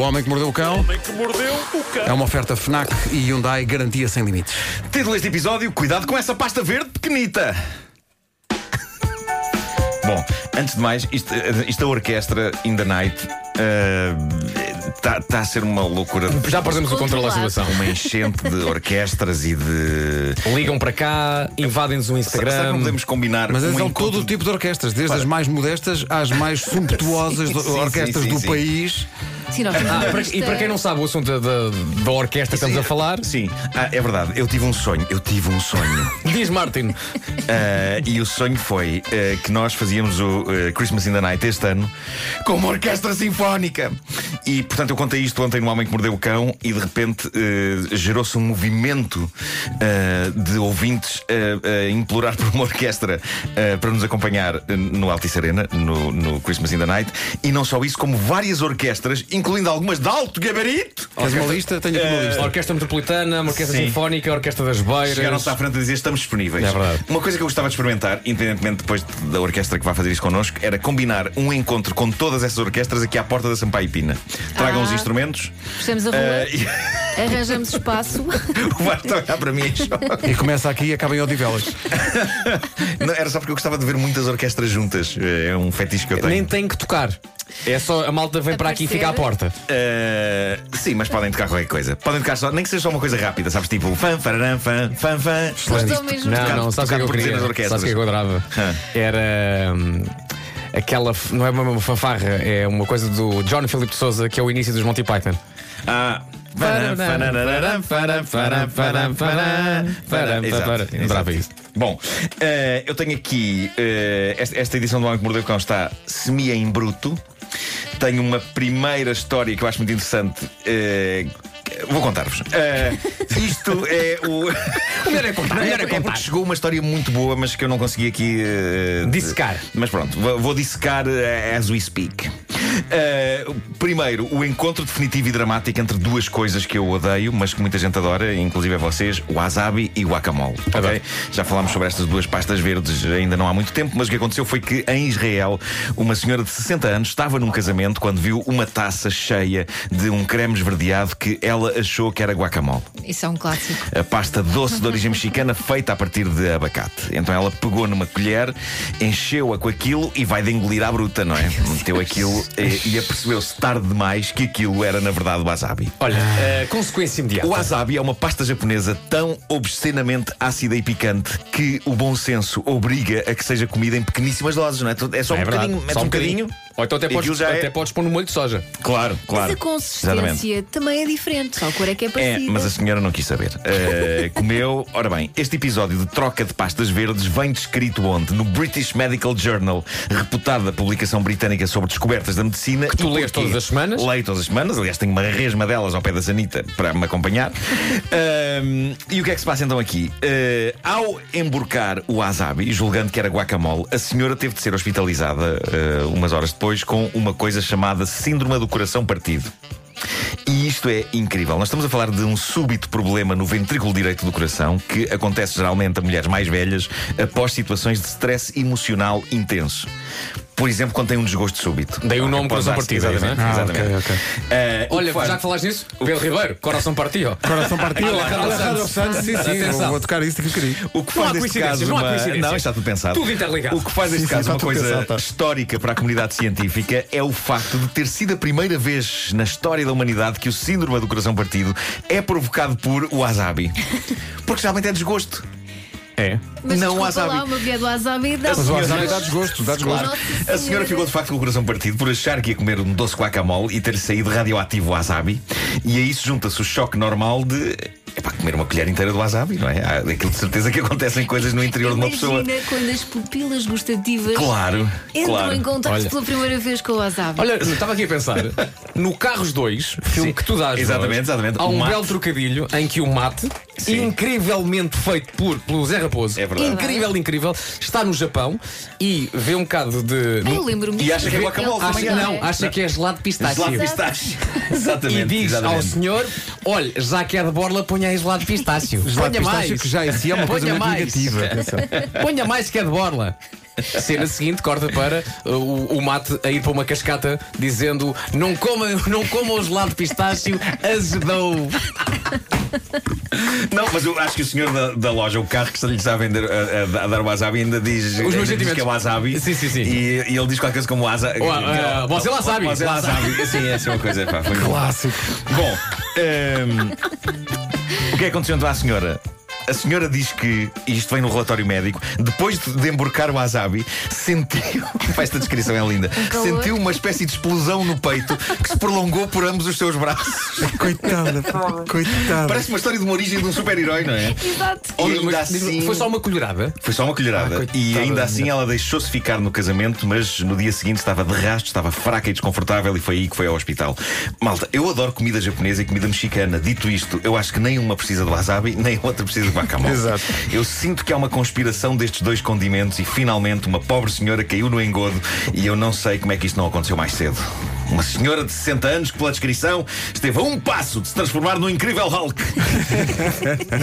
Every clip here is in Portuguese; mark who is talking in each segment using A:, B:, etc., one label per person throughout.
A: Homem que Mordeu o Cão
B: homem que mordeu o cão.
A: é uma oferta FNAC e Hyundai Garantia Sem Limites.
C: Título deste episódio: Cuidado com essa pasta verde pequenita. Bom, antes de mais, isto, isto da orquestra In the Night está a ser uma loucura.
D: Já perdemos o controle da
C: São
D: situação.
C: uma enchente de orquestras e de.
D: Ligam para cá, invadem-nos
C: Será
D: o
C: que não
D: Instagram.
C: podemos combinar
A: Mas é
C: um
A: são
C: encontro
A: todo o tipo de orquestras, desde
C: Para.
A: as mais modestas às mais sumptuosas
C: Sim,
A: do-
C: sim,
A: orquestras
C: sim, sim,
A: do
C: sim.
A: país.
E: Sim, nós temos
D: Ah,
E: uma
D: para-
E: lista-
D: e para quem não sabe o assunto da, da- da orquestra que estamos a falar,
C: Sim, Ah, é verdade. Eu tive um sonho. Eu tive um sonho.
D: diz Martin,
C: Ah, e o sonho foi ah, que nós fazíamos o ah, Christmas in the Night este ano com uma orquestra sinfónica. E portanto eu contei isto ontem no Homem que Mordeu o Cão e de repente ah, gerou-se um movimento ah, de ouvintes a, a implorar por uma orquestra ah, para nos acompanhar ah, no Altice Arena, no, no Christmas in the Night. E não só isso, como várias orquestras, incluindo algumas de alto gabarito.
A: Queres uma lista? Tenho aqui uma lista.
D: Orquestra Metropolitana, uma Orquestra
C: Sim.
D: Sinfónica, Orquestra das Beiras.
C: Chegaram-se à frente a dizer estamos disponíveis.
D: É verdade.
C: Uma coisa que eu gostava de experimentar, independentemente depois da orquestra que vai fazer isso connosco, era combinar um encontro com todas essas orquestras aqui à porta da Sampaio Pina. Tragam
E: Ah.
C: os instrumentos.
E: Fechamos a rua,
C: eh, e é
E: arranjamos espaço.
C: o Vasco olhar para mim em choque.
D: É.
A: E começa aqui e acaba em Odivelas.
C: Não, Era só porque eu gostava de ver muitas orquestras juntas. É um fetiche que eu tenho.
D: Nem tem que tocar. É só a malta vem para aqui e
E: Aparecer.
D: fica à porta.
C: Eh, sim, mas podem tocar qualquer coisa. Podem tocar só, nem que seja só uma coisa rápida, sabes? Tipo, fã, fararam, fã, fã, fã.
E: Mas ao mesmo
D: Não,
E: tempo.
D: não, sabes o
C: tocar
D: que eu
C: por
D: queria?
C: dezenas de orquestras. Ah.
D: Sabes o que é que eu adorava? Era. hum, Aquela, f- não é uma uma fanfarra, é uma coisa do John Philip de Souza, que é o início dos Monty Python.
C: Ah. Exato,
D: Adorava isso.
C: Bom, eh, eu tenho aqui eh, esta, esta edição do Homem que Mordeu o Cão está semi em bruto. Tenho uma primeira história que eu acho muito interessante. eh, que- Vou contar-vos. Eh, isto é o. melhor é contar.
D: melhor é contar.
C: porque chegou uma história muito boa, mas que eu não consegui aqui. eh,
D: Dissecar.
C: Mas pronto, vou, vou dissecar eh, as we speak. Eh, primeiro, o encontro definitivo e dramático entre duas coisas que eu odeio, mas que muita gente adora, inclusive a vocês: wasabi e guacamole. ok? Já falámos sobre estas duas pastas verdes ainda não há muito tempo, mas o que aconteceu foi que em Israel, uma senhora de 60 anos estava num casamento quando viu uma taça cheia de um creme esverdeado que ela achou que era guacamole
E: Isso é um clássico.
C: a pasta doce de origem mexicana feita a partir de abacate. Então ela pegou numa colher, encheu-a com aquilo e vai de engolir à bruta, não é? Meteu aquilo eh, e apercebeu-se tarde demais que aquilo era, na verdade, wasabi.
D: Olha, eh, consequência imediata.
C: O wasabi é uma pasta japonesa tão obscenamente ácida e picante que o bom senso obriga a que seja comida em pequeníssimas doses, não é? É só um
D: É verdade,
C: bocadinho, metes
D: só
C: um bocadinho.
D: Ou então até
C: Aquilo
D: podes,
C: já
D: até
C: é-
D: podes pôr no molho de soja.
C: Claro, claro.
E: Mas a consistência
C: Exatamente.
E: também é diferente, só a cor é que é
C: É,
E: parecida.
C: mas a senhora não quis saber. Eh, comeu. Ora bem, este episódio de troca de pastas verdes vem descrito onde? No British Medical Journal, reputada publicação britânica sobre descobertas da medicina. Que
D: tu lês todas as semanas?
C: Leio todas as semanas. Aliás, tenho uma resma delas ao pé da Sanita para me acompanhar. Ahm, e o que é que se passa então aqui? Eh, ao emborcar o wasabi, julgando que era guacamole, a senhora teve de ser hospitalizada eh, umas horas depois com uma coisa chamada Síndrome do Coração Partido. E isto é incrível. Nós estamos a falar de um súbito problema no ventrículo direito do coração que acontece geralmente a mulheres mais velhas após situações de stress emocional intenso. Por exemplo, quando tem um desgosto súbito.
D: Daí o nome
C: Pode
D: coração
C: dar-se
D: partido,
C: Exatamente.
D: não é?
A: Ah,
C: exatamente.
A: ok, ok.
C: Eh, o
D: Olha,
C: que faz-
D: já que falaste nisso, Pedro Ribeiro, coração partido.
A: Coração partido.
D: Alejandro Santos.
A: Santos, sim, sim.
D: Atenção.
A: Vou, vou tocar isso que eu queria.
C: O que
D: Não
C: faz
D: há
C: deste caso
D: coincidências, não há
C: uma...
D: coincidências.
C: Não, está tudo pensado.
D: Tudo interligado.
C: O que faz deste
A: Sim, sim,
C: caso
A: está
C: uma
A: tudo
C: coisa
A: pensado, está.
C: histórica para a comunidade científica é o facto de ter sido a primeira vez na história da humanidade que o síndrome do coração partido é provocado por wasabi. Porque geralmente é desgosto.
D: É.
E: Mas
C: não
E: desculpa
C: wasabi.
E: lá, uma colher de wasabi dá
A: Mas o
E: Nossa
A: wasabi dá desgosto, dá desgosto.
E: Senhora.
C: A senhora ficou de facto com o coração partido por achar que ia comer um doce guacamole e ter saído radioativo wasabi. E a isso junta-se o choque normal de. Epá, comer uma colher inteira de wasabi, não é? Há aquilo de certeza que acontecem coisas no interior de é uma pessoa.
E: Imagina quando as pupilas gustativas
C: Claro,
E: entram
C: claro.
E: em contato
D: Olha.
E: pela primeira vez com o wasabi.
D: Olha, eu estava aqui a pensar no Carros 2, filme
C: Sim.
D: que tu dás.
C: Exatamente,
D: Jorge,
C: exatamente.
D: Há
C: O
D: um
C: mate.
D: belo trocadilho em que o mate,
C: Sim.
D: incrivelmente feito por, pelo Zé Raposo,
C: É verdade.
D: incrível, incrível, está no Japão e vê um bocado de.
E: Ah, eu lembro-me
C: E
E: disso.
C: acha que é
E: Ele
C: guacamole,
E: faz,
D: Acha,
C: Amanhã.
D: não, acha que é gelado de pistácio.
C: Gelado de pistache. Exatamente.
D: E diz ao
C: exatamente.
D: senhor: olha, já que é de borla, ponha aí gelado de pistácio.
A: Gelado de
D: ponha
A: pistácio,
D: mais.
A: que já em si é uma coisa
D: Ponha
A: muito
D: mais.
A: negativa. Atenção.
D: Ponha mais que é de borla. Cena seguinte, corta para uh, o, o mate a ir para uma cascata dizendo: Não comam não coma o gelado de pistácio, azedou.
C: Não, mas eu acho que o senhor da, da loja, o carro que lhe está a vender, a, a- a dar o wasabi, ainda diz,
D: meus
C: ainda diz
D: sentimentos.
C: que é wasabi.
D: Sim, sim, sim.
C: E, e ele diz qualquer coisa como wasabi.
D: ah, você lá sabe.
C: Você lá
D: Lá
C: sabe. Sim, essa é uma coisa. Pá, foi
A: Clássico.
C: Bom, ehm, o que é que aconteceu então à senhora? A senhora diz que, e isto vem no relatório médico, depois de, de emborcar o wasabi, sentiu. Pá, Esta descrição é linda.
E: calor.
C: Sentiu uma espécie de explosão no peito que se prolongou por ambos os seus braços.
A: Coitada, pá, coitada.
C: Parece uma história de uma origem de um super-herói, não é?
E: Exato.
C: Ou
D: Mas,
C: ainda
D: diz-me,
C: assim-
D: Foi só uma colherada.
C: Foi só uma colherada.
D: Ah, coitada
C: e ainda
D: da
C: assim ela deixou-se ficar no casamento, mas no dia seguinte estava de rastro, estava fraca e desconfortável e foi aí que foi ao hospital. Malta, eu adoro comida japonesa e comida mexicana. Dito isto, eu acho que nem uma precisa de wasabi, nem a outra precisa de guacamole.
A: Exato.
C: Eu sinto que há uma conspiração destes dois condimentos e finalmente uma pobre senhora caiu no engodo e eu não sei como é que isto não aconteceu mais cedo. Uma senhora de 60 anos que, pela descrição, esteve a um passo de se transformar num incrível Hulk.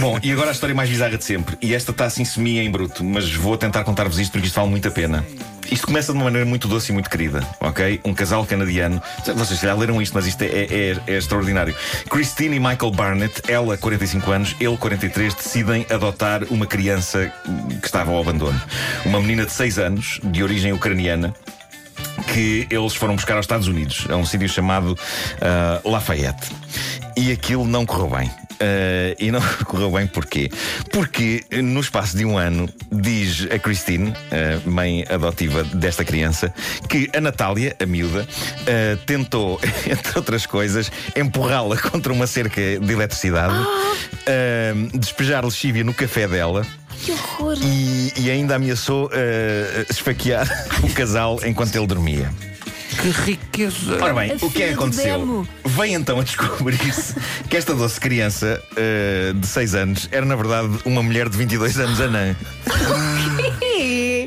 C: Bom, e agora a história mais bizarra de sempre. E esta está assim semia em bruto, mas vou tentar contar-vos isto porque isto vale muito a pena. Isto começa de uma maneira muito doce e muito querida, ok? Um casal canadiano. Vocês já leram isto, mas isto é, é- é- é extraordinário. Christine e Michael Barnett, ela 45 anos, ele 43, decidem adotar uma criança que estava ao abandono. Uma menina de 6 anos, de origem ucraniana, que eles foram buscar aos Estados Unidos, a um sítio chamado ah, Lafayette. E aquilo não correu bem. Ah, e não correu bem porquê? Porque no espaço de um ano, diz a Christine, ah, mãe adotiva desta criança, que a Natália, a miúda, ah, tentou, entre outras coisas, empurrá-la contra uma cerca de eletricidade, ah, despejar lexívia no café dela
E: Que horror.
C: e, e ainda ameaçou eh, esfaquear o casal enquanto ele dormia.
A: que riqueza.
C: Ora bem,
E: A
C: o que é
E: filha
C: que
E: do
C: aconteceu?
E: Demo.
C: Vem então a descobrir-se que esta doce criança eh, de 6 anos era, na verdade, uma mulher de 22 anos anã.
E: É.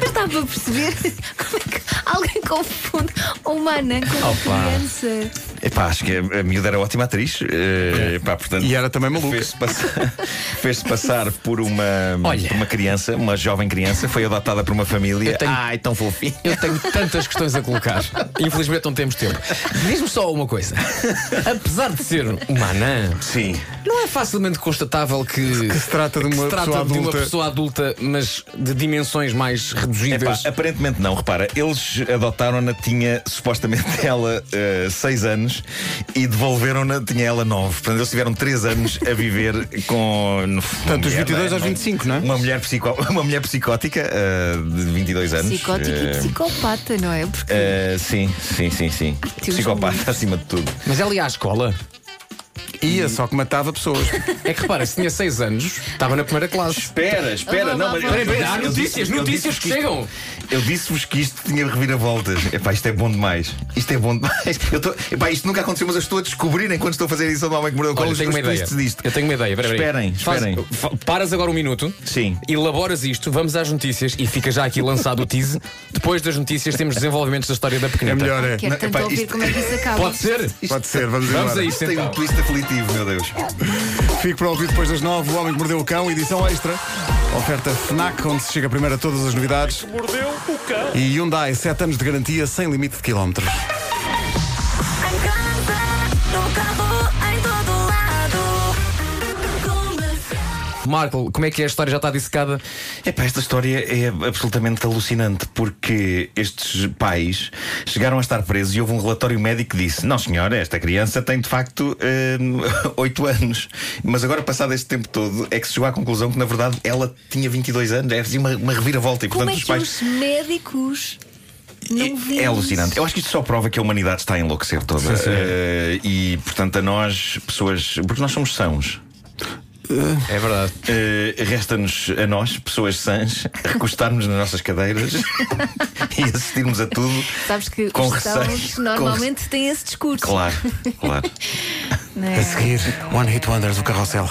E: Mas dá para perceber como é que alguém confunde uma anã com uma criança.
C: Epá, acho que a, a miúda era ótima atriz. eh, epá, portanto,
A: E era também maluca.
C: Fez-se passar, fez-se passar por uma,
D: Olha.
C: por uma criança, uma jovem criança, foi adotada por uma família.
D: Eu tenho-
C: Ai, tão fofinho.
D: Eu tenho tantas questões a colocar. Infelizmente não temos tempo. Diz-me só uma coisa. Apesar de ser uma anã,
C: Sim.
D: não é facilmente constatável que,
A: Que se trata de
D: que
A: uma
D: se trata
A: pessoa
D: de uma
A: adulta.
D: pessoa adulta, mas de dimensões mais
C: Epá,
D: reduzidas.
C: É aparentemente não, repara, eles adotaram-na, tinha supostamente ela 6 anos e devolveram-na, tinha ela 9. Portanto, eles tiveram 3 anos a viver com. no fundo,
A: Portanto,
C: uma
A: dos
C: mulher,
A: 22 aos
C: é?
A: 25,
D: Uhum.
A: não é?
C: Uma mulher, psico... uma mulher psicótica eh, de 22 anos.
E: Psicótico e
C: eh,
E: psicopata, não é? Porque
C: eh, sim, sim, sim, sim.
E: Deus
C: Psicopata acima de tudo.
D: Mas ela ia à escola.
A: Ia só que matava pessoas.
D: É que repara, se tinha 6 anos, estava na primeira classe.
C: Espera,
E: espera,
C: espera,
E: Olá, não,
C: não,
E: olá,
C: mas
E: mas- olá.
D: Espera, há notícias, notícias que chegam.
C: Eu disse-vos que isto tinha reviravoltas. Epá, isto é bom demais. Isto é bom demais. Eu tô... Epá, isto nunca aconteceu, mas eu estou a descobrir enquanto estou a fazer a edição do Homem que Mordeu o Cão
D: Olha,
C: os
D: eu tenho uma
C: os
D: ideia.
C: twists disto.
D: Eu tenho uma ideia. Peraí, peraí.
C: Esperem,
D: Faz-
C: esperem.
D: fa- paras agora um minuto.
C: Sim.
D: Elaboras isto, vamos às notícias e fica já aqui lançado o tease. Depois das notícias temos desenvolvimentos da história da
A: É
D: pequenita.
A: melhor, é.
E: quero
C: Eh, não,
E: tanto
C: epá,
E: ouvir
C: isto-
E: como é que isso acaba.
D: Pode ser?
A: Pode ser, vamos,
D: Vamos
A: embora.
D: a
C: Isto tem um
D: então.
C: twist aflitivo, meu Deus.
A: Fico para ouvir depois das 9, O Homem que Mordeu o Cão, edição extra. Oferta FNAC, onde se chega primeiro a todas as novidades.
B: Mordeu o cão.
A: E Hyundai, 7 anos de garantia, sem limite de quilómetros.
F: Em casa, no carro, em todo lado.
D: Marco, como é que é a história já está dissecada?
C: Epá, esta história é absolutamente alucinante porque estes pais chegaram a estar presos e houve um relatório médico que disse: Não, senhora, esta criança tem de facto hum, 8 anos. Mas agora, passado este tempo todo, é que se chegou à conclusão que na verdade ela tinha 22 anos. É assim uma, uma reviravolta e
E: Como
C: portanto
E: é
C: os
E: que
C: pais.
E: os médicos
C: É-
E: não veem
C: É alucinante.
E: isso?
C: Eu acho que isto só prova que a humanidade está a enlouquecer toda. Eh, e, portanto, a nós, pessoas. Porque nós somos sãos.
D: É verdade.
C: Eh, Resta-nos a nós, pessoas sãs, recostarmos nas nossas cadeiras e assistirmos a tudo.
E: Sabes que
C: com
E: os
C: receio,
E: sãos
C: com
E: normalmente têm esse discurso.
C: Claro, claro.
E: não é?
A: A seguir, One Hit Wonders, o carrossel.